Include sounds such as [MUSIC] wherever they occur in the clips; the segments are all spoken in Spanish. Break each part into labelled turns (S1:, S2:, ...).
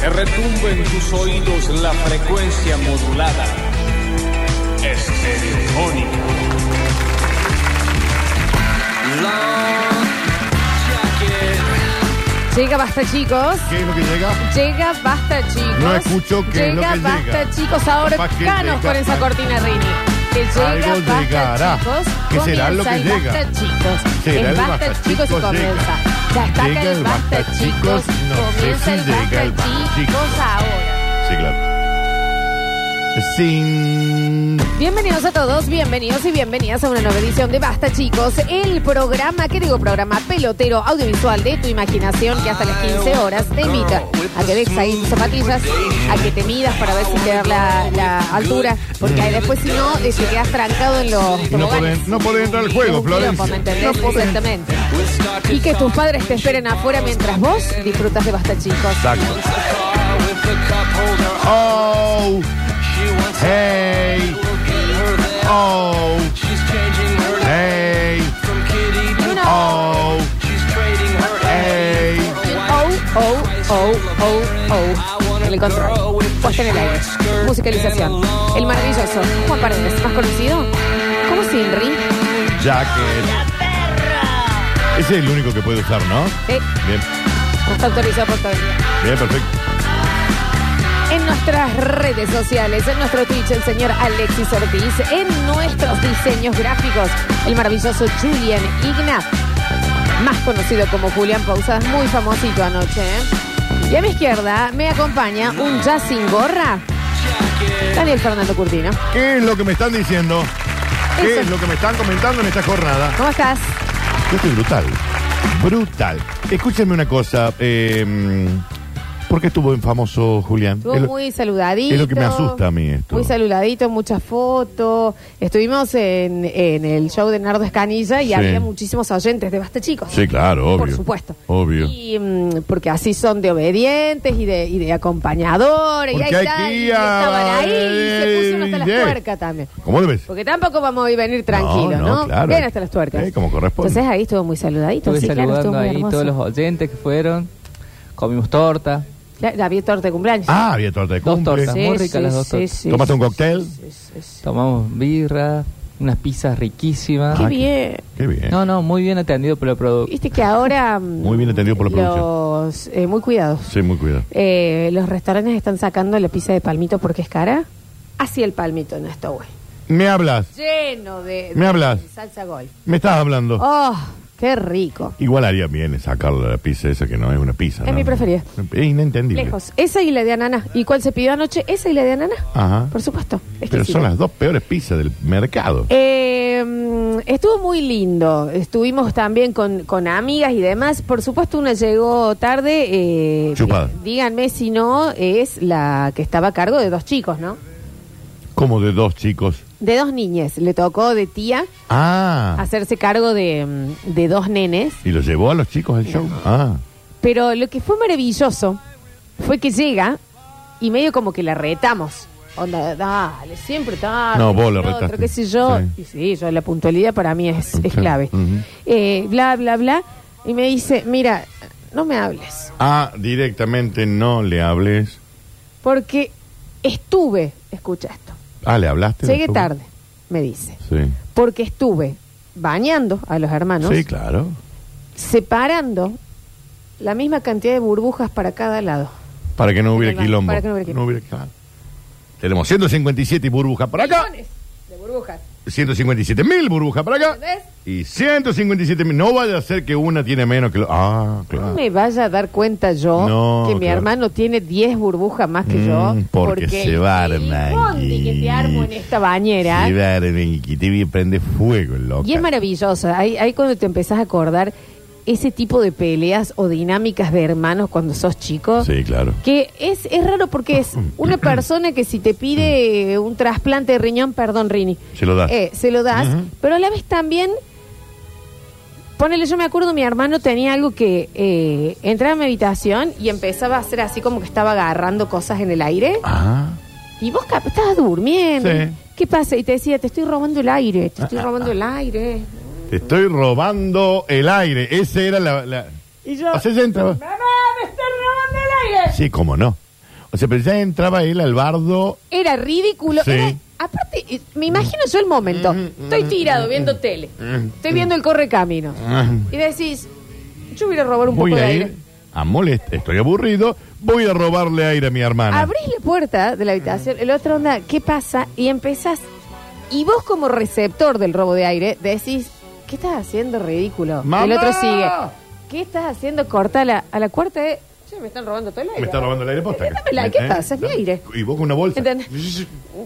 S1: sube en tus oídos la frecuencia modulada. Estereofónica.
S2: Llega basta, chicos.
S3: ¿Qué es lo que llega?
S2: Llega basta, chicos.
S3: No escucho qué es lo
S2: Llega
S3: que
S2: basta,
S3: llega.
S2: chicos. Ahora
S3: Capaz que
S2: canos
S3: llega,
S2: con esa
S3: capaz-
S2: cortina, Rini. Que llega
S3: Algo
S2: basta,
S3: llegará.
S2: chicos.
S3: ¿Qué será lo
S2: comienza
S3: que
S2: el
S3: llega?
S2: Basta, chicos.
S3: Será
S2: el
S3: el
S2: basta,
S3: Basta,
S2: chicos, y
S3: chicos,
S2: comienza.
S3: llega.
S2: Ya está acá
S3: Llega
S2: el
S3: el
S2: basta,
S3: Basta,
S2: chicos.
S3: chicos, no sé
S2: comienza
S3: si
S2: el
S3: llega el
S2: basta,
S3: Basta,
S2: chicos.
S3: chicos.
S2: Ahora.
S3: Sí, claro. Sin.
S2: Bienvenidos a todos, bienvenidos y bienvenidas a una nueva edición de Basta, chicos. El programa, ¿qué digo programa? Pelotero audiovisual de tu imaginación que hasta las 15 horas te invita a que dejes ahí tus zapatillas, a que te midas para ver si te da la, la altura, porque ahí después si no eh, te quedas trancado en los
S3: Y no
S2: toboganes.
S3: podés, no podés entrar al juego,
S2: Es un quilombo, ¿me
S3: Florencia.
S2: entendés?
S3: No podés.
S2: Exactamente. Y que tus padres te esperen afuera mientras vos disfrutas de Basta, chicos.
S3: Exacto. Oh. Hey. Oh. Hey. Oh. Hey.
S2: Oh, oh, oh, oh, oh. En el control. Puesta en el aire. Musicalización. El maravilloso. Juan Paredes, más conocido como Sinri.
S3: Jacket. Ese es el único que puede usar, ¿no?
S2: Sí,
S3: Bien.
S2: no Eh, está autorizado por todo el día.
S3: Bien, perfecto.
S2: En nuestras redes sociales, en nuestro Twitch, el señor Alexis Ortiz. En nuestros diseños gráficos, el maravilloso Julian Igna. Más conocido como Julian Pausas, muy famosito anoche. ¿eh? Y a mi izquierda me acompaña un jazz sin gorra. Daniel Fernando Curtino.
S3: ¿Qué es lo que me están diciendo? ¿Qué
S2: Eso.
S3: es lo que me están comentando en esta jornada?
S2: ¿Cómo estás?
S3: Yo estoy brutal. Brutal. Escúchenme una cosa. Eh, ¿Por qué estuvo en famoso Julián?
S2: Estuvo
S3: Es lo-
S2: muy saludadito.
S3: es lo que me asusta a mí esto.
S2: Muy saludadito, muchas fotos. Estuvimos en, en el show de Nardo Escanilla y
S3: Sí.
S2: había muchísimos oyentes de Basta Chicos.
S3: Sí, claro, obvio.
S2: Por supuesto.
S3: Obvio.
S2: Y, mm, porque así son de obedientes y de, y de acompañadores.
S3: Porque
S2: y ahí
S3: hay
S2: está,
S3: que
S2: y
S3: ir a-
S2: estaban ahí y se pusieron hasta las
S3: eh,
S2: tuercas también.
S3: ¿Cómo lo ves?
S2: Porque tampoco vamos a ir venir tranquilos, ¿no?
S3: No, no, claro.
S2: Ven hasta las tuercas.
S3: Eh, como corresponde.
S2: Entonces ahí estuvo muy saludadito.
S4: Estuve
S2: sí, claro,
S4: saludando
S2: estuvo muy
S4: ahí
S2: hermoso.
S4: todos los oyentes que fueron. Comimos torta,
S2: Claro, Había torta de cumpleaños.
S3: Ah, había torta de
S4: Dos
S3: cumple.
S4: tortas. muy ricas las dos tortas.
S3: ¿Tomaste un cóctel?
S2: sí, sí, sí.
S4: tomamos birra, unas pizzas riquísimas.
S2: Qué bien.
S3: Ah, Qué bien.
S4: No, no, muy bien atendido por la producción.
S2: Viste que ahora. mm,
S3: Muy bien atendido por la
S2: Los, eh, muy cuidados.
S3: Sí, muy cuidado.
S2: Eh, los restaurantes están sacando la pizza de palmito porque es cara. Así el palmito en esta güey.
S3: Me hablas.
S2: Lleno de.
S3: ¿Me
S2: de
S3: hablas?
S2: salsa gol.
S3: Me estás hablando.
S2: ¡Oh! ¡Qué rico!
S3: Igual haría bien sacar la pizza esa que no es una pizza.
S2: Es
S3: ¿no?
S2: mi preferida.
S3: Es inentendible.
S2: Lejos. Esa y la de anana. ¿Y cuál se pidió anoche? Esa y la de anana.
S3: Ajá.
S2: Por supuesto. Este
S3: Pero
S2: Exquisito.
S3: son las dos peores pizzas del mercado.
S2: Eh, mm, estuvo muy lindo. Estuvimos también con, con amigas y demás. Por supuesto, una llegó tarde. eh,
S3: Chupada.
S2: eh, díganme si no, es la que estaba a cargo de dos chicos, ¿no?
S3: Como de dos chicos.
S2: De dos niñas. Le tocó de tía
S3: Ah.
S2: hacerse cargo de, mm, de dos nenes.
S3: Y los llevó a los chicos al show. Ah.
S2: Pero lo que fue maravilloso fue que llega y medio como que la retamos. Onda, dale, siempre tarde.
S3: No, vos la
S2: esto,
S3: retaste.
S2: otro, qué sé yo.
S3: Sí.
S2: Y sí, yo, la puntualidad para mí es, es
S3: Claro.
S2: clave.
S3: Ujú.
S2: Eh, bla, bla, bla. Y me dice, mira, no me hables.
S3: Ah, directamente no le hables.
S2: Porque estuve, escucha esto.
S3: Ah, le hablaste.
S2: Llegué
S3: ¿Tú?
S2: tarde, me dice.
S3: Sí.
S2: Porque estuve bañando a los hermanos,
S3: Sí, claro.
S2: separando la misma cantidad de burbujas para cada lado.
S3: Para que no
S2: el
S3: hubiera
S2: baño,
S3: quilombo.
S2: para que no hubiera quilombo.
S3: claro. Tenemos 157 burbujas para acá.
S2: Millones de burbujas.
S3: 157 mil burbujas para acá.
S2: ¿Entendés?
S3: Y 157 mil. No vaya a ser que una tiene menos que la Ah,
S2: No
S3: claro.
S2: me vaya a dar cuenta yo
S3: No,
S2: que mi
S3: claro.
S2: hermano tiene 10 burbujas más que
S3: Mm,
S2: yo.
S3: porque se va a
S2: el
S3: armar
S2: bondi que te armo en
S3: y-
S2: esta bañera.
S3: Sí, dale, y que te vi prende fuego el loco.
S2: Y es maravilloso. Ahí, ahí cuando te empezás a acordar ese tipo de peleas o dinámicas de hermanos cuando sos chico.
S3: Sí, claro.
S2: Que es, es raro porque
S3: [CLEARS THROAT]
S2: es una persona que si te pide eh, un trasplante de riñón, perdón, Rini.
S3: Se lo das.
S2: Eh, se lo das,
S3: Ujú.
S2: pero a la vez también. Ponele, yo me acuerdo, mi hermano tenía algo que eh, entraba a mi habitación y empezaba a hacer así como que estaba agarrando cosas en el aire.
S3: Ah.
S2: Y vos cap- estabas durmiendo.
S3: Sí. Ah,
S2: ¿Qué pasa? Y te decía, te estoy robando el aire, te estoy robando el aire.
S3: Te estoy robando el aire. Esa era la. la-
S2: Y yo,
S3: O sea, ella entraba.
S2: mamá, me están robando el aire.
S3: Sí, cómo no. O sea, pero ya entraba él al bardo.
S2: Era ridículo.
S3: Sí.
S2: Era- aparte, eh, me imagino yo el momento. Estoy tirado viendo tele. Estoy viendo el correcamino. Y decís, yo voy a ir a robar un
S3: Voy
S2: poco de
S3: a
S2: aire.
S3: ir a molestar. Estoy aburrido. Voy a robarle aire a mi hermana.
S2: Abrís la puerta de la habitación, el otro onda, ¿qué pasa? Y empezás. Y vos, como receptor del robo de aire, decís, ¿qué estás haciendo ridículo? Y
S3: ¡Mamá!
S2: el otro sigue. ¿Qué estás haciendo? Cortala. A la cuarta de. "Che, me están robando todo el aire.
S3: Me está robando el aire posta.
S2: Dámela, ¿qué
S3: ¿Eh?
S2: pasa? Es mi aire.
S3: Y vos con una bolsa.
S2: ¿Entendés?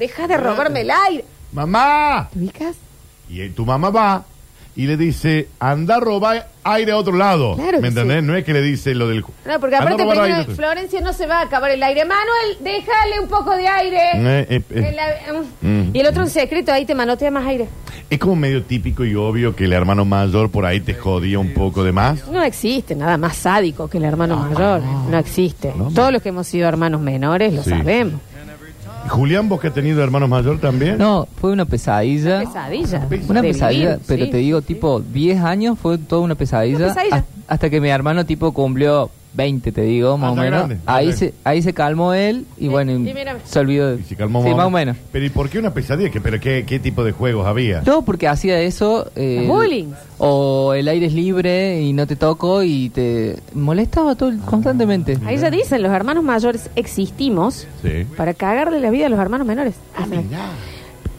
S2: Deja de robarme el aire.
S3: ¡Mamá!
S2: ¿Te ubicas?
S3: Y eh, tu mamá va y le dice, anda a robar aire a otro lado.
S2: Claro
S3: ¿Me
S2: que
S3: entendés? No es que le dice lo del...
S2: No, porque
S3: Anda a
S2: aparte,
S3: robar
S2: primero,
S3: aire a otro-
S2: Florencia no se va a acabar el aire. Manuel, déjale un poco de aire.
S3: Eh, eh, eh.
S2: En la-
S3: Mm.
S2: Y el otro en secreto ahí te manotea más aire.
S3: Es como medio típico y obvio que el hermano mayor por ahí te jodía un poco de más.
S2: No existe nada más sádico que el hermano mayor. No, existe.
S3: No, no.
S2: Todos los que hemos sido hermanos menores lo
S3: Sí.
S2: sabemos.
S3: Julián, vos que has tenido hermanos mayor también.
S4: No, fue una pesadilla.
S2: Pesadilla.
S4: Una
S2: De
S4: pesadilla,
S2: vivir,
S4: pero
S2: sí.
S4: te digo, tipo, 10 años fue toda una pesadilla.
S2: Una pesadilla.
S4: Has- Hasta que mi hermano, tipo, cumplió 20, te digo, más
S3: Ah,
S4: o
S3: está
S4: menos.
S3: grande.
S4: ahí,
S3: Está
S4: se, ahí se calmó él y bueno,
S2: y mira.
S4: se olvidó. de-
S3: Y se calmó
S4: sí,
S3: mamá.
S4: más o menos.
S3: Pero ¿y por qué una pesadilla? ¿Qué, pero qué, qué tipo de juegos había?
S4: Todo porque hacía eso. eh,
S2: Los bullying.
S4: O el aire es libre y no te toco y te molestaba todo el- constantemente.
S2: Ahí
S3: Mm.
S2: ya dicen, los hermanos mayores existimos
S3: Sí.
S2: para cagarle la vida a los hermanos menores.
S3: Ah,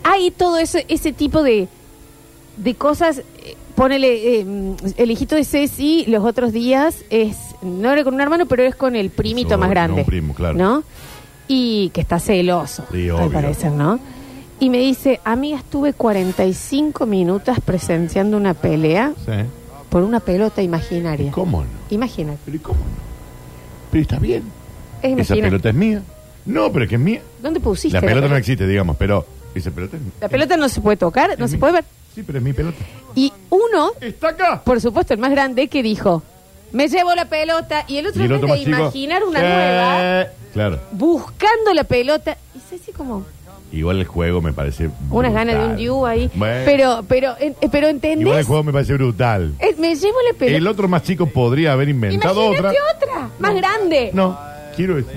S2: Hay todo ese, ese tipo de, de cosas. eh, Ponele, eh, mm, el hijito de Ceci los otros días es, no era con un hermano, pero es con el primito
S3: Sobre-
S2: más grande.
S3: un primo, claro.
S2: ¿No? Y que está celoso,
S3: Sí,
S2: al
S3: obvio.
S2: parecer, ¿no? Y me dice, a mí estuve 45 minutos presenciando una pelea
S3: Sí.
S2: por una pelota imaginaria.
S3: ¿Cómo no?
S2: Imagínate.
S3: ¿Pero y cómo no? Pero está bien.
S2: Es
S3: Esa
S2: imaginario.
S3: pelota es mía. No, pero es que es mía.
S2: ¿Dónde pusiste?
S3: La pelota no existe, digamos, pero esa pelota es
S2: La pelota no se puede tocar,
S3: es
S2: no se
S3: mía.
S2: puede ver.
S3: Sí, pero es mi pelota.
S2: Y uno,
S3: ¡Está acá!
S2: por supuesto, el más grande, que dijo, me llevo la pelota. Y el otro,
S3: Y el
S2: en
S3: otro
S2: vez
S3: más
S2: de
S3: chico,
S2: imaginar una
S3: "Sí".
S2: nueva,
S3: Claro.
S2: buscando la pelota. Y Ceci como
S3: Igual el juego me parece.
S2: unas
S3: brutal.
S2: ganas de un diu ahí.
S3: Bueno,
S2: Pero, pero, eh, pero
S3: Igual el
S2: ¿entendés?
S3: juego me parece brutal.
S2: Eh, me llevo la
S3: El
S2: pelota.
S3: otro más chico podría haber inventado
S2: Imagínate
S3: otra.
S2: otra. más grande.
S3: No, quiero esta.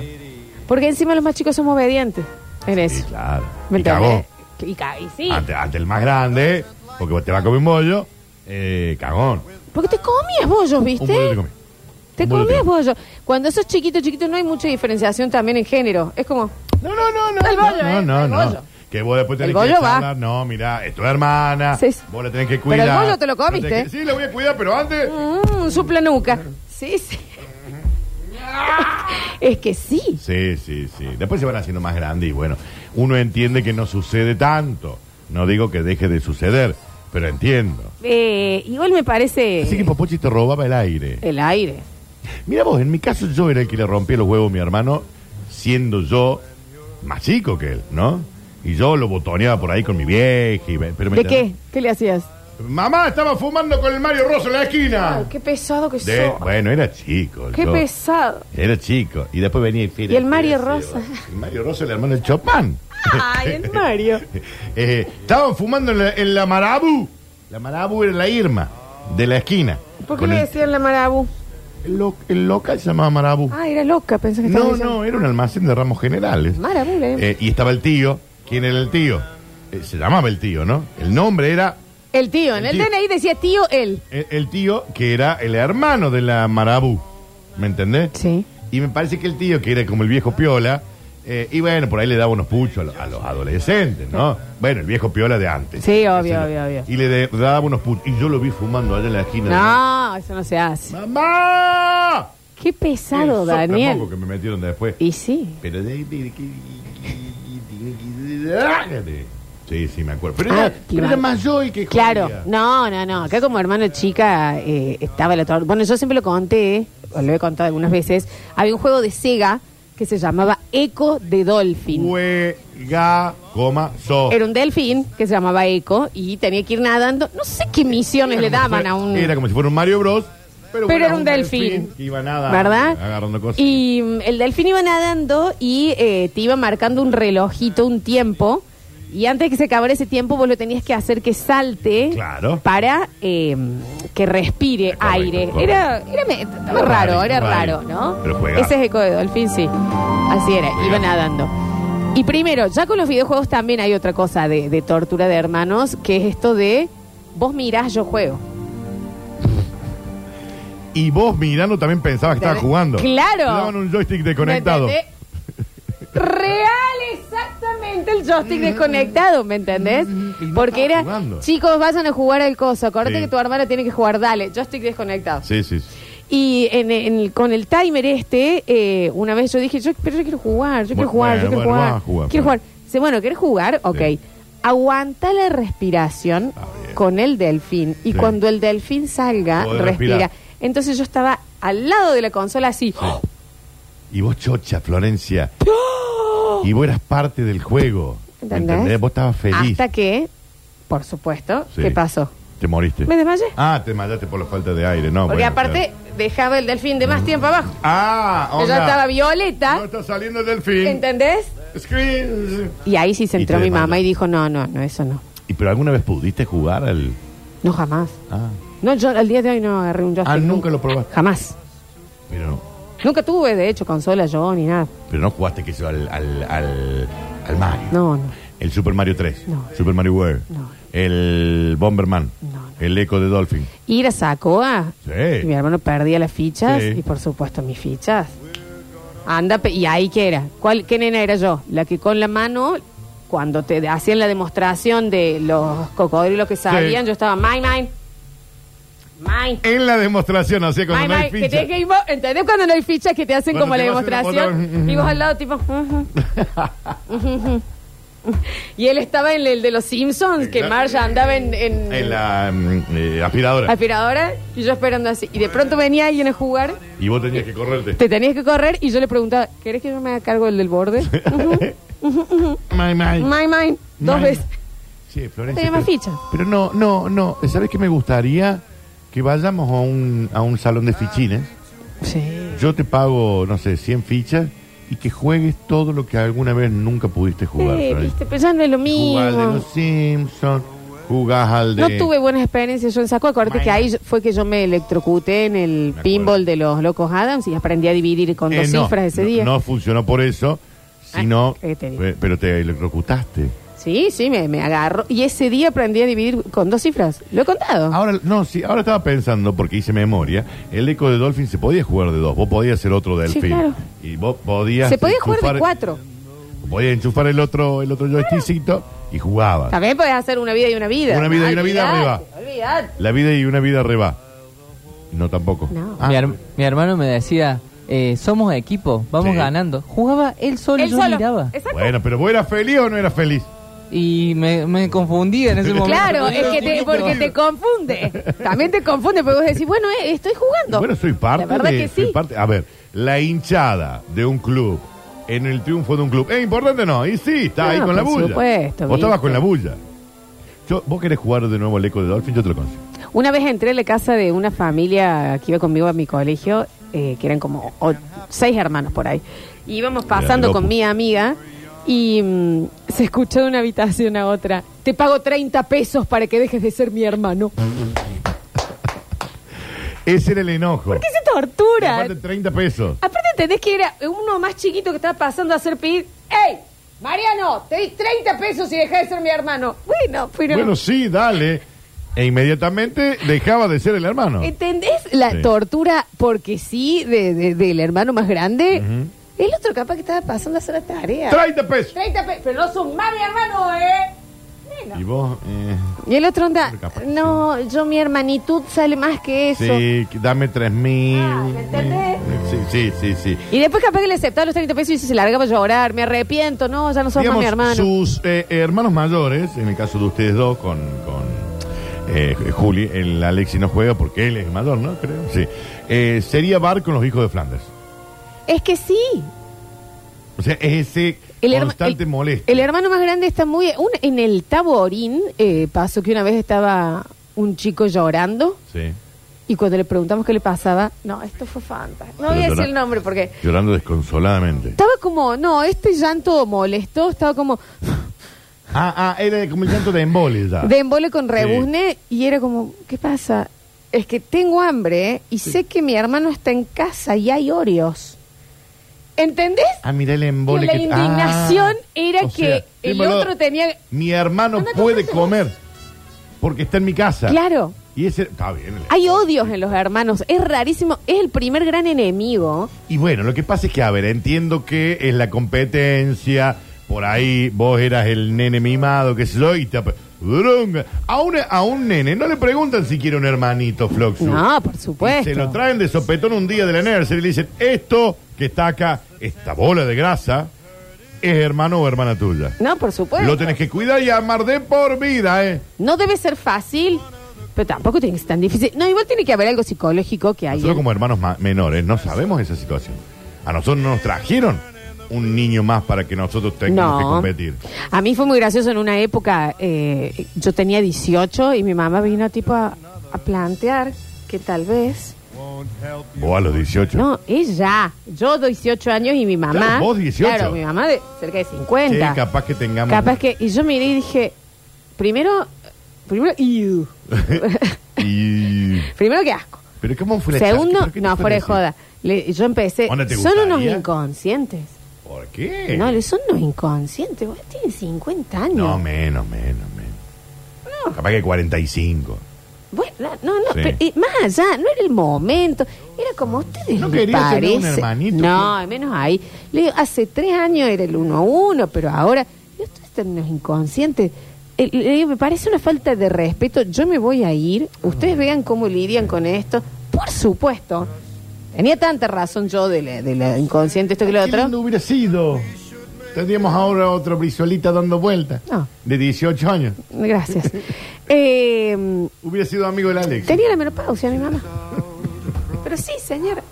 S2: Porque encima los más chicos somos obedientes en
S3: Sí,
S2: eso.
S3: claro.
S2: ¿Me
S3: Y cagó.
S2: entendés? Y ca- y sí.
S3: Ante, ante el más grande, porque te va a comer un bollo, eh, cagón.
S2: Porque te comías bollos, ¿viste?
S3: Un bollo te comí.
S2: Te
S3: Un boludo
S2: comías
S3: te-
S2: bollo. Cuando sos chiquito, chiquito, no hay mucha diferenciación también en género. Es como,
S3: No, no, no, no.
S2: El bollo,
S3: no,
S2: ¿eh?
S3: no,
S2: El
S3: no.
S2: bollo.
S3: Que vos después tenés
S2: El bollo
S3: que
S2: va.
S3: charlar. No, mira, es tu hermana.
S2: Sí, sí.
S3: Vos la tenés que
S2: Pero el
S3: cuidar.
S2: bollo te lo comiste,
S3: tenés que- Sí, la voy a cuidar, pero antes.
S2: mmm, supla nuca. Sí,
S3: [LAUGHS]
S2: sí. es que sí.
S3: Sí, sí, sí. Después se van haciendo más grandes y bueno, uno entiende que no sucede tanto. No digo que deje de suceder, pero entiendo.
S2: Eh, igual me parece
S3: Así que Popochi te robaba el aire.
S2: el aire.
S3: Mira vos, en mi caso yo era el que le rompía los huevos a mi hermano, siendo yo más chico que él, ¿no? Y yo lo botoneaba por ahí con mi vieja. Y, ve- pero me
S2: ¿De qué? ¿Qué le hacías?
S3: Mamá estaba fumando con el Mario Rosso en la esquina.
S2: Ay, qué pesado que
S3: Ah. De-
S2: sos.
S3: bueno, era chico.
S2: Qué
S3: yo. [LAUGHS]
S2: pesado.
S3: Era chico. Y después venía
S2: Y el Mario Rosa.
S3: El Mario Rosa, el hermano del Chopin. [LAUGHS]
S2: Ay, el Mario.
S3: Eh, estaban fumando en la, en la Marabu. La Marabu era la Irma, de la esquina.
S2: ¿Por qué
S3: Con
S2: le
S3: el,
S2: decían la marabu?
S3: el lo- el local se llamaba Marabu.
S2: Ah, era loca, pensé que estaba
S3: no,
S2: diciendo.
S3: no, era un almacén de ramos generales.
S2: Marabu, le-
S3: Eh, y estaba el tío. ¿Quién era el tío? Eh, se llamaba el tío, ¿no? El nombre era
S2: El tío, en
S3: el
S2: el
S3: tío.
S2: DNI decía tío él.
S3: el, el tío que era el hermano de la Marabu. ¿Me entendés?
S2: Sí.
S3: Y me parece que el tío, que era como el viejo piola, eh, y bueno, por ahí le daba unos puchos a, lo- a los adolescentes, ¿no? Bueno, el viejo piola de antes.
S2: Sí, obvio,
S3: Ese-
S2: obvio, obvio.
S3: Y le de- daba unos puchos. Y yo lo vi fumando allá en la esquina.
S2: No, eso no se hace.
S3: ¡Mamá!
S2: Qué pesado,
S3: El soplamoco
S2: Daniel.
S3: que me metieron después.
S2: Y sí.
S3: Pero de- de- de- de- de- de- Sí, sí, me acuerdo. Pero
S2: Ah,
S3: era,
S2: claro.
S3: pero era más yo el que jodía.
S2: Claro, no, no, no. Acá como hermano chica eh, estaba el otro. Bueno, yo siempre lo conté, o lo he contado algunas veces. Había un juego de Sega que se llamaba Eco de Dolphin.
S3: Juega, coma, so.
S2: Era un delfín que se llamaba Eco y tenía que ir nadando. No sé qué misiones
S3: Era
S2: le
S3: como si
S2: daban
S3: fuera-
S2: a un.
S3: Era como si fuera un Mario Bros.
S2: Pero
S3: Pero, bueno,
S2: era un delfín.
S3: que iba nada.
S2: ¿Verdad?
S3: Agarrando cosas.
S2: Y mm, el delfín iba nadando y eh, te iba marcando un relojito, un tiempo. Y antes de que se acabara ese tiempo, vos lo tenías que hacer que salte
S3: Claro.
S2: para eh, que respire
S3: Correcto,
S2: aire.
S3: correcto.
S2: Era, era me- estaba
S3: Era
S2: raro,
S3: raro,
S2: era raro,
S3: raro.
S2: ¿no?
S3: Pero juega.
S2: Ese es Eco de Dolphin, sí. Así era,
S3: Juega.
S2: iba nadando. Y primero, ya con los videojuegos también hay otra cosa de, de tortura de hermanos, que es esto de vos mirás, yo juego.
S3: Y vos mirando también pensabas que
S2: ¿Entendés?
S3: estabas jugando.
S2: Claro.
S3: Te daban un joystick desconectado.
S2: ¿Me entendés? Real, exactamente el joystick desconectado, ¿me entendés?
S3: Y no
S2: Porque
S3: estaba
S2: era,
S3: jugando.
S2: chicos, vayan a jugar al coso, acordate
S3: Sí.
S2: que tu hermana tiene que jugar, dale, joystick desconectado.
S3: Sí, sí. sí.
S2: Y en, en- con el timer este, eh, una vez yo dije, yo, pero yo quiero jugar, yo quiero
S3: Bueno,
S2: jugar, yo quiero
S3: bueno,
S2: jugar.
S3: vas a jugar,
S2: quiero
S3: pues.
S2: jugar. Dice, bueno, ¿querés jugar? Ok.
S3: Sí.
S2: Aguanta la respiración
S3: Ah, bien.
S2: con el delfín. Y
S3: Sí.
S2: cuando el delfín salga,
S3: Podés
S2: respira.
S3: respirar.
S2: Entonces yo estaba al lado de la consola así.
S3: Y vos chocha, Florencia. Y vos eras parte del juego.
S2: ¿Entendés?
S3: Vos estabas feliz.
S2: Hasta que, por supuesto,
S3: Sí.
S2: ¿qué pasó?
S3: Te moriste.
S2: Me desmayé.
S3: Ah, te desmayaste por la falta de aire, ¿no?
S2: Porque
S3: bueno,
S2: aparte
S3: claro.
S2: dejaba el delfín de más tiempo abajo.
S3: Ah,
S2: Yo
S3: onda.
S2: ya estaba violeta,
S3: No está saliendo el delfín.
S2: ¿entendés?
S3: Screen.
S2: Y ahí sí se
S3: Y
S2: entró
S3: te
S2: mi mamá
S3: desmayó.
S2: y dijo, no, no, no, eso no.
S3: ¿Y pero alguna vez pudiste jugar al.?
S2: No, jamás.
S3: Ah,
S2: No, yo al día de hoy no agarré un joystick.
S3: Ah, nunca lo probaste.
S2: Jamás.
S3: pero no.
S2: Nunca tuve, de hecho, consola yo ni nada.
S3: Pero no jugaste que eso al, al, al, al Mario.
S2: No, no.
S3: El Super Mario 3.
S2: No.
S3: Super Mario World.
S2: No.
S3: El Bomberman.
S2: No, no.
S3: El Eco de Dolphin.
S2: Ir a Sacoa.
S3: Sí.
S2: y mi hermano perdía las fichas
S3: Sí.
S2: y, por supuesto, mis fichas. Anda, pe- y ahí que era. ¿Cuál, ¿Qué nena era yo? La que con la mano, cuando te hacían la demostración de los cocodrilos que salían,
S3: Sí.
S2: yo estaba, mine, mine. Mine.
S3: En la demostración, o sea, cuando
S2: Mine,
S3: no
S2: mine,
S3: hay
S2: que
S3: ficha.
S2: tenés que ir vos- ¿Entendés cuando no hay fichas que te hacen
S3: Cuando
S2: como
S3: te
S2: la
S3: vas a hacer la
S2: demostración?
S3: foto,
S2: Y vos al lado, tipo.
S3: [LAUGHS]
S2: ujú. Y él estaba en el de los Simpsons, que
S3: Exacto.
S2: Marge andaba en, en
S3: En la mm, eh, aspiradora.
S2: aspiradora y yo esperando así. Y de pronto venía alguien a jugar,
S3: Y vos tenías que correrte.
S2: te tenías que correr y yo le preguntaba, ¿querés que yo me haga cargo del del borde?
S3: [LAUGHS] May,
S2: [LAUGHS]
S3: may.
S2: Mine, mine, dos
S3: May.
S2: veces.
S3: Sí, Florencia.
S2: Tenía más
S3: pero-
S2: ficha.
S3: Pero no, no, no. ¿Sabes qué me gustaría? Que vayamos a un, a un salón de fichines.
S2: Sí.
S3: Yo te pago, no sé, 100 fichas y que juegues todo lo que alguna vez nunca pudiste jugar. Florencia.
S2: viste, pero ya no es lo
S3: Jugás al de los
S2: mismo.
S3: Simpsons, jugás al de... Eh,
S2: No tuve buenas experiencias yo en Saco. Acuérdate que ahí fue que yo me electrocuté en el
S3: acuerdo.
S2: pinball de los locos Adams y aprendí a dividir con
S3: Eh,
S2: dos
S3: no,
S2: cifras ese
S3: no,
S2: día. Ah,
S3: No funcionó por eso, sino...
S2: ¿qué te digo?
S3: eh, pero te electrocutaste.
S2: Sí, sí, me, me agarro. Y ese día aprendí a dividir con dos cifras. Lo he contado.
S3: Ahora, no, sí, ahora estaba pensando, porque hice memoria, el eco de Dolphin se podía jugar de dos, vos podías ser otro Delfín.
S2: claro.
S3: Y vos podías...
S2: Se podía jugar de
S3: enchufar-
S2: cuatro.
S3: Podías enchufar el otro, el otro joystickcito y jugabas.
S2: También podés hacer una vida y una vida.
S3: Una vida y una vida arriba.
S2: Olvidate.
S3: La vida y una vida reba. No tampoco.
S2: No.
S3: Ah,
S4: Mi, her- mi hermano me decía, eh, somos equipo, vamos
S3: Sí.
S4: ganando. Jugaba él solo,
S2: Él
S4: yo
S2: solo.
S4: miraba.
S2: Exacto.
S3: bueno, pero vos eras feliz o no eras feliz.
S4: Y me, me confundía en ese momento.
S2: Claro, es que te,
S4: Chiquito.
S2: porque te
S3: [LAUGHS]
S2: confunde. También te confunde, porque vos decís, bueno, eh, estoy jugando.
S3: Bueno, soy parte.
S2: La verdad
S3: de-
S2: que
S3: soy
S2: sí.
S3: parte- a ver, la hinchada de un club en el triunfo de un club. ¿Es importante o no? Y sí, está
S2: No,
S3: ahí con la
S2: por
S3: bulla.
S2: supuesto,
S3: Vos estabas
S2: viste.
S3: con la bulla. Yo- vos querés jugar de nuevo al eco de Dolphin, yo te lo consigo.
S2: Una vez entré a la casa de una familia que iba conmigo a mi colegio, eh, que eran como o- seis hermanos por ahí. Y íbamos pasando
S3: loco.
S2: con mi amiga y mm, se escuchó de una habitación a otra, te pago 30 pesos para que dejes de ser mi hermano.
S3: Mm. Ese era el enojo.
S2: ¿Qué se
S3: Y
S2: tortura?
S3: aparte 30 pesos.
S2: Aparte entendés que era uno más chiquito que estaba pasando a hacer pedir, ¡Ey! Mariano, te di 30 pesos y dejas de ser mi hermano. Bueno, pero...
S3: Bueno, sí, dale. E inmediatamente dejaba de ser el hermano.
S2: ¿Entendés la
S3: Sí.
S2: tortura porque sí de, de- del hermano más grande? El otro capaz que estaba pasando a hacer la tarea.
S3: 30 pesos.
S2: 30 pe- pero no son más mi hermano, ¿eh? Nena.
S3: Y vos, eh,
S2: Y el otro onda,
S3: Pero capaz que
S2: no, yo mi hermanitud sale más que eso.
S3: sí, dame 3 mil. Eh,
S2: Ah, ¿me entendés?
S3: Sí, sí, sí, sí.
S2: Y después capaz que le aceptaba los 30 pesos y se largaba a llorar, me arrepiento, no, ya no sos más mi hermano.
S3: sus eh, hermanos mayores, en el caso de ustedes dos, con, con eh, Juli, el Alexi no juega porque él es el mayor, ¿no? Creo, sí. Eh, sería bar con los hijos de Flanders.
S2: Es que sí.
S3: O sea, es ese
S2: El herma-
S3: constante
S2: el-
S3: molestia.
S2: El hermano más grande está muy... un- en el Taborín eh, pasó que una vez estaba un chico llorando.
S3: Sí.
S2: Y cuando le preguntamos qué le pasaba, no, esto fue fantástico. No voy a
S3: Pero
S2: decir
S3: llora-
S2: el nombre porque
S3: Llorando desconsoladamente.
S2: estaba como, no, este llanto molesto, estaba como,
S3: Ah, ah, era como el llanto de embole ya.
S2: De embole con rebuzne y era como, ¿qué pasa? Es que tengo hambre y sé que mi hermano está en casa y hay Oreos. ¿Entendés?
S3: Ah, mira el embole.
S2: la
S3: que-
S2: indignación
S3: Ah,
S2: era
S3: o
S2: que
S3: sea,
S2: el
S3: dímelo,
S2: otro tenía...
S3: Mi hermano
S2: Anda,
S3: puede
S2: cómprate
S3: comer porque está en mi casa.
S2: Claro,
S3: Y ese. Está bien. el-
S2: hay odios en los hermanos, es rarísimo, es el primer gran enemigo.
S3: Y bueno, lo que pasa es que, a ver, entiendo que es la competencia. Por ahí vos eras el nene mimado, que sé yo, y te. ap- Brunga. A un, a un nene no le preguntan si quiere un hermanito, Floxu.
S2: No, por
S3: Y
S2: supuesto.
S3: Se lo traen de sopetón un día de la nursery y le dicen, esto que está acá, esta bola de grasa, es hermano o hermana tuya.
S2: No, por supuesto.
S3: Lo tenés que cuidar y amar de por vida, ¿eh?
S2: No debe ser fácil, pero tampoco tiene que ser tan difícil. No, igual tiene que haber algo psicológico que hay.
S3: Nosotros
S2: en-
S3: como hermanos ma- menores no sabemos esa situación. A nosotros no nos trajeron un niño más para que nosotros tengamos que competir.
S2: A mí fue muy gracioso en una época, eh, yo tenía 18 y mi mamá vino tipo a, a plantear que tal vez...
S3: Vos a los 18.
S2: No, ella, yo 18 años y mi mamá...
S3: Claro, vos 18.
S2: Claro, mi mamá de cerca de 50.
S3: Che, capaz que tengamos...
S2: Capaz que... Y yo miré y dije, primero... Primero, iu.
S3: y...
S2: primero que asco.
S3: Pero ¿cómo fue la charla?
S2: Segundo,
S3: ¿Pero qué te
S2: no, fuera de
S3: parece?
S2: joda. Le- yo empecé...
S3: ¿Onda te
S2: Son unos
S3: gustaría?
S2: inconscientes.
S3: ¿Por qué?
S2: No, son unos inconscientes. Vos tienes 50 años.
S3: No, menos, menos, menos. Capaz que 45.
S2: Bueno, no, no, no,
S3: Sí.
S2: pero, eh, más allá, no era el momento. Era como a ustedes
S3: No
S2: les
S3: quería tener
S2: parece.
S3: un hermanito,
S2: No, al menos ahí. Le digo, hace tres años era el uno a uno, pero ahora. y Ustedes están los inconscientes. Eh, le digo, me parece una falta de respeto. Yo me voy a ir.
S3: Mm.
S2: Ustedes vean cómo lidian con esto. Por supuesto. Tenía tanta razón yo de la, de la inconsciente, esto que lo
S3: ¿Qué
S2: otro.
S3: lindo hubiera sido? Tendríamos ahora otra brisolita dando vueltas.
S2: No.
S3: De 18 años. [LAUGHS]
S2: Gracias. Eh,
S3: Hubiera sido amigo del Alex.
S2: tenía la menopausia mi mamá. Pero sí, señora.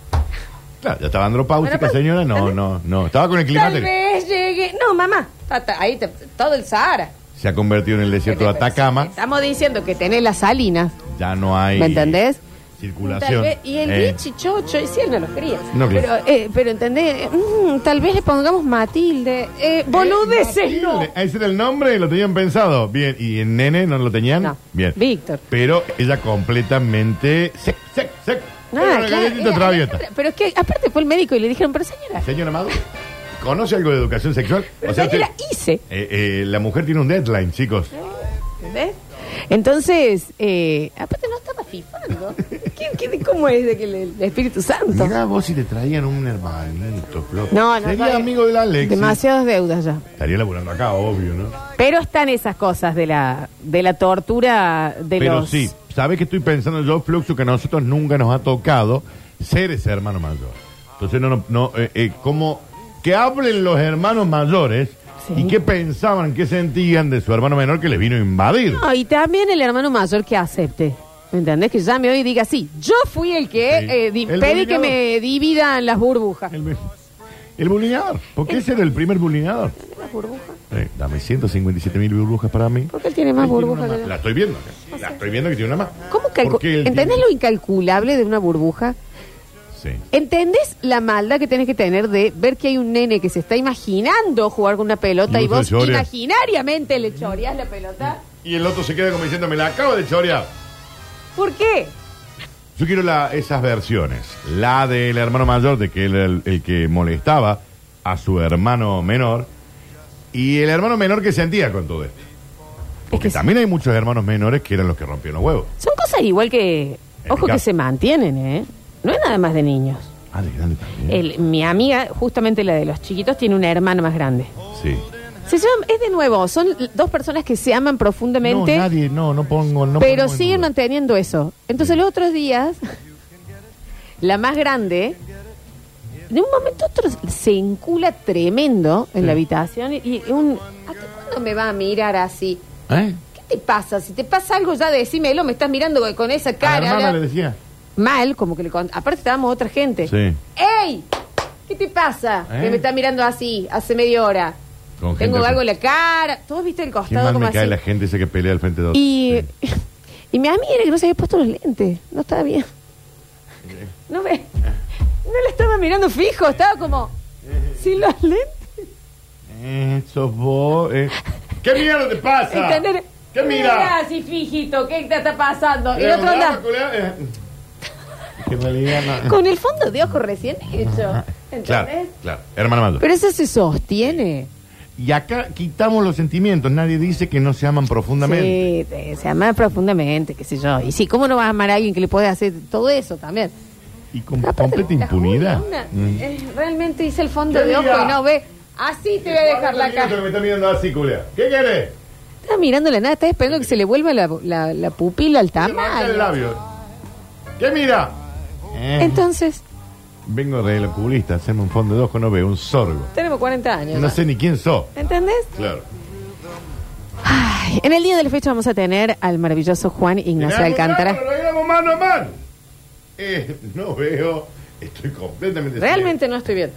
S3: Claro, ya estaba andropáusica,
S2: Menopausia.
S3: señora. No, no, no. Estaba con el
S2: Tal
S3: climático.
S2: vez llegue. No, mamá. Tata, ahí te- todo el Sahara.
S3: Se ha convertido en el desierto de Atacama.
S2: Estamos diciendo que tenés las salinas.
S3: Ya no hay.
S2: ¿Me entendés? Tal
S3: Circulación.
S2: vez- y el
S3: Eh,
S2: bichi chocho, y si él no lo quería.
S3: No,
S2: pero,
S3: claro.
S2: eh, pero entendés, Mm, tal vez le pongamos Matilde. Eh, boludeces, no.
S3: Matilde. Ese era el nombre, lo tenían pensado. Bien. ¿Y el nene no lo tenían?
S2: No.
S3: Bien.
S2: Víctor.
S3: Pero ella completamente. Sec, sec, sec.
S2: No,
S3: Era una
S2: claro,
S3: galletita
S2: eh,
S3: traviata.
S2: Pero es que aparte fue el médico y le dijeron, pero señora,
S3: Señora Amado, ¿conoce algo de educación sexual?
S2: pero señora,
S3: usted-
S2: hice.
S3: Eh, eh, la mujer tiene un deadline, chicos.
S2: ¿Ves? Entonces, eh, aparte no estaba fifando. ¿Qué, qué, cómo es de que le- el Espíritu Santo?
S3: Mirá vos si te traían un hermanito, Flo.
S2: No, no.
S3: Sería
S2: no,
S3: amigo del Alex.
S2: Demasiadas deudas ya.
S3: Estaría laburando acá, obvio, ¿no?
S2: Pero están esas cosas de la, de la tortura de
S3: Pero
S2: los.
S3: sí, ¿sabes que estoy pensando yo, Fluxo, que a nosotros nunca nos ha tocado ser ese hermano mayor? Entonces, no, no, no, eh, eh, como que hablen los hermanos mayores
S2: Sí.
S3: y qué pensaban, qué sentían de su hermano menor que les vino a invadir.
S2: No, y también el hermano mayor que acepte. ¿Me entendés? Que llame hoy y diga, sí, yo fui el que
S3: Sí.
S2: eh, di-
S3: El
S2: pedí que
S3: dominador.
S2: me dividan las burbujas.
S3: El, el bulinador, porque ese era el primer bulinador.
S2: ¿Las burbujas?
S3: Eh, dame 157 mil burbujas para mí.
S2: ¿Por qué él tiene más
S3: Ahí tiene una
S2: burbujas
S3: más.
S2: que yo?
S3: La estoy viendo. acá. La estoy viendo que tiene una más.
S2: ¿Cómo calcu-
S3: Porque él
S2: ¿Entendés
S3: tiene-
S2: lo incalculable de una burbuja?
S3: Sí.
S2: ¿Entendés la maldad que tenés que tener de ver que hay un nene que se está imaginando jugar con una pelota
S3: Y
S2: y
S3: vos
S2: vos
S3: le choreas.
S2: imaginariamente le choreás la pelota?
S3: Y el otro se queda como diciendo, me la acabo de chorear.
S2: ¿Por qué?
S3: Yo quiero la- esas versiones. La del hermano mayor, de que él era el, el que molestaba a su hermano menor. Y el hermano menor que sentía con todo esto. Porque
S2: que sí.
S3: también hay muchos hermanos menores que eran los que rompían los huevos.
S2: Son cosas igual que,
S3: En
S2: ojo
S3: mi
S2: que
S3: caso.
S2: se mantienen, ¿eh? No es nada más de niños.
S3: Ah, de grande también.
S2: El- mi amiga, justamente la de los chiquitos, tiene una hermana más grande.
S3: Sí.
S2: Se llaman, es de nuevo, son l- dos personas que se aman
S3: No,
S2: profundamente,
S3: nadie, no, no pongo. No
S2: pero
S3: pongo en
S2: siguen
S3: duda.
S2: manteniendo eso. Entonces los otros días, la más grande, de un momento a otro se encula tremendo en la habitación y, y un... ¿Hasta cuándo me va a mirar así?
S3: ¿Eh?
S2: ¿Qué te pasa? Si te pasa algo ya decímelo, me estás mirando con esa
S3: A
S2: cara.
S3: la hermana
S2: la-
S3: le decía.
S2: mal, como que le cont- Aparte estábamos otra gente.
S3: Sí.
S2: ¡Ey! ¿Qué te pasa?
S3: ¿Eh?
S2: Que me está mirando así, hace media hora.
S3: Con gente
S2: Tengo
S3: así.
S2: algo en la cara. ¿Todos viste el
S3: Qué
S2: costado
S3: mal
S2: como
S3: me
S2: así?
S3: cae la gente esa que pelea al frente de otro.
S2: [LAUGHS] Y,
S3: Sí.
S2: y mi amiga era que no se había puesto los lentes. No estaba
S3: [LAUGHS]
S2: bien. No ve. No la estaba mirando fijo, estaba como. Sin los lentes.
S5: [LAUGHS]
S3: Eh, sos vos. eh. ¿Qué mierda te pasa?
S5: ¿Entendés?
S3: Ah, ¿Qué mira?
S5: así, fijito, ¿qué te está pasando? Y el otro
S3: Culeado,
S5: anda
S3: culeado, eh. Que en realidad no.
S5: con el fondo de ojo recién hecho. ¿Entendés?
S3: Claro, claro. Hermana Mando.
S5: Pero eso se sostiene.
S3: Y acá quitamos los sentimientos. Nadie dice que no se aman profundamente.
S5: Sí, te- se ama profundamente, qué sé yo. Y sí, ¿cómo no vas a amar a alguien que le puede hacer todo eso también?
S3: Y con
S5: Aparte,
S3: completa
S5: la
S3: impunidad.
S5: jodona,
S3: Mm.
S5: eh, realmente hice el fondo
S3: ¿Qué
S5: de ojo
S3: diga?
S5: y no ve. Así te voy a dejar la
S3: Cuarenta minutos que
S5: cara.
S3: me está mirando así, culea. ¿Qué querés?
S5: Estás mirando la nada, estás esperando que se le vuelva la, la- la pupila al
S3: Levanta el
S5: tamaño.
S3: labio. ¿Qué mira? Eh,
S5: Entonces,
S3: Vengo de la cubista, hacerme un fondo de ojo, no veo un sorgo.
S5: tenemos 40 años.
S3: No
S5: ya.
S3: sé ni quién sos.
S5: ¿Entendés?
S3: Claro.
S5: Ay, en el día de la fecha vamos a tener al maravilloso Juan Ignacio
S3: Mirá, mirá,
S5: Alcántara.
S3: lo veíamos mano a mano. Eh, no veo, estoy completamente.
S5: Realmente no estoy bien.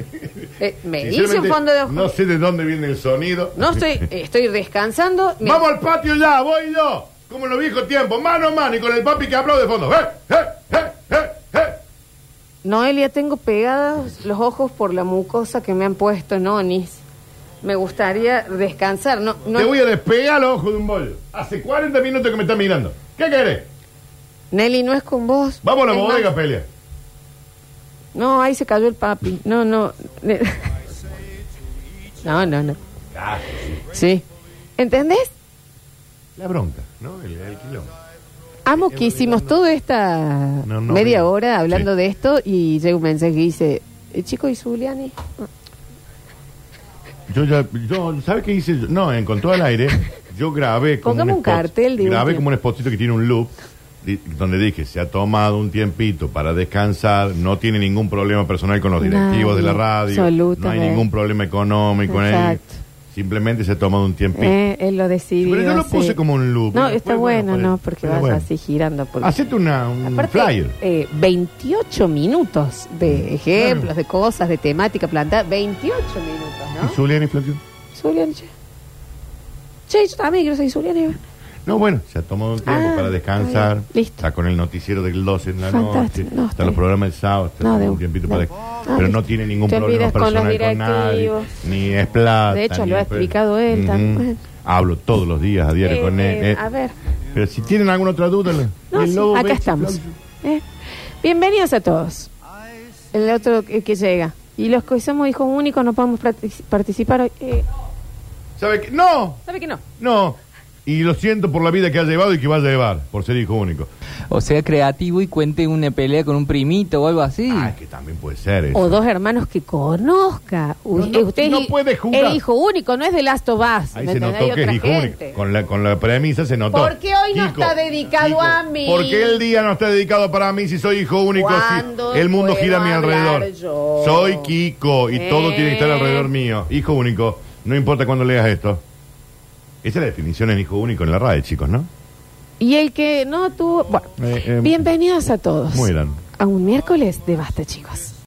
S5: Eh, me hice un
S3: Sinceramente,
S5: fondo de ojo.
S3: No sé de dónde viene el sonido. [LAUGHS]
S5: No estoy, eh, estoy descansando. Me-
S3: Vamos al patio ya, voy yo. Como en los viejos tiempos, mano a mano y con el papi que aplaude de fondo. ¡Eh, eh, eh, eh, eh!
S5: Noelia, tengo pegados los ojos por la mucosa que me han puesto nonis. Me gustaría descansar. No, no.
S3: Te voy a despegar los ojos de un bollo. Hace 40 minutos que me estás mirando. ¿Qué querés?
S5: Nelly, no es con vos.
S3: Vamos a la
S5: Es
S3: bodega a
S5: más-
S3: pelear.
S5: No, ahí se cayó el papi. No, no. Ne- No, no, no.
S3: Ah, sí.
S5: Sí. ¿Entendés?
S3: La bronca, ¿no? El, el quilombo.
S5: Amo que hicimos toda esta
S3: No, no,
S5: media
S3: mira.
S5: hora hablando
S3: Sí.
S5: de esto y llega un mensaje que dice, "Eh, chico, ¿y Zuliani?
S3: Yo ya, yo, ¿sabes qué hice? yo? No, en con todo el aire, yo grabé como
S5: Pongamos un
S3: spot-
S5: cartel de un
S3: grabé
S5: tiempo.
S3: como un spotito que tiene un loop di- donde dije, se ha tomado un tiempito para descansar, no tiene ningún problema personal con los directivos
S5: Nadie,
S3: de la radio, no hay
S5: absolutamente.
S3: ningún problema económico en él,
S5: Exacto.
S3: simplemente se ha tomado un tiempito.
S5: Eh, él lo decidió.
S3: Pero yo lo
S5: sí.
S3: puse como un loop.
S5: No,
S3: Después,
S5: está
S3: bueno,
S5: bueno,
S3: pues,
S5: no, porque
S3: pero
S5: vas
S3: bueno.
S5: así girando. Porque...
S3: Hacete una, un flyer. Mm,
S5: eh, 28 minutos de ejemplos,
S3: Claro.
S5: de cosas, de temática plantada. 28 minutos,
S3: ¿Y Zulian y Flotio?
S5: ¿no? Zulian, che. Che, yo también quiero eh. ser Zulian.
S3: No, bueno, se ha tomado un tiempo
S5: Ah,
S3: para descansar.
S5: está bien. Listo.
S3: Está con el noticiero del 12 en la
S5: Fantástico.
S3: noche.
S5: No, está
S3: está los
S5: bien.
S3: programas del sábado. Está
S5: No,
S3: con
S5: de
S3: un
S5: una.
S3: tiempito
S5: No.
S3: para.
S5: Ah,
S3: pero
S5: listo.
S3: no tiene ningún
S5: Te
S3: problema
S5: olvidas con los
S3: personal con, nadie.
S5: directivos.
S3: Ni es plata.
S5: De hecho,
S3: ni
S5: lo ha
S3: es-
S5: explicado él
S3: Ujú.
S5: también.
S3: Hablo todos los días a diario
S5: Eh,
S3: con él.
S5: eh,
S3: eh.
S5: a ver.
S3: Pero si tienen alguna otra duda, le-
S5: No,
S3: el
S5: sí,
S3: lobo
S5: acá
S3: Betsy
S5: estamos.
S3: Flauto.
S5: Eh, Bienvenidos a todos. El otro que, que llega. Y los que somos hijos únicos no podemos practic- participar hoy. Eh,
S3: ¿Sabe qué? No,
S5: ¿Sabe que no?
S3: no. Y lo siento por la vida que ha llevado y que va a llevar, por ser hijo único.
S4: [LAUGHS] O sea, creativo y cuente una pelea con un primito o algo así.
S3: Ah, es que también puede ser eso.
S5: O dos hermanos que conozca. Uy, eh,
S3: No, no,
S5: usted es
S3: no
S5: hi-
S3: puede jugar.
S5: Es hijo único, no es de Last of Us.
S3: Ahí
S5: ¿me
S3: se
S5: entendés?
S3: notó
S5: Hay
S3: que es
S5: otra
S3: hijo
S5: gente.
S3: único. Con la, con la premisa se notó.
S5: ¿Por qué hoy no está dedicado a mí?
S3: ¿Por qué el día no está dedicado para mí si soy hijo único?
S5: ¿Cuándo
S3: Si el mundo
S5: puedo
S3: gira a mi alrededor.
S5: hablar yo?
S3: Soy Kiko y todo
S5: Eh.
S3: tiene que estar alrededor mío. Hijo único. No importa cuando leas esto. Esa es la definición en hijo único en la radio, chicos, ¿no?
S5: Y el que no tuvo. Bueno,
S3: Eh, eh,
S5: bienvenidos a todos.
S3: mueran.
S5: A un miércoles de basta, chicos.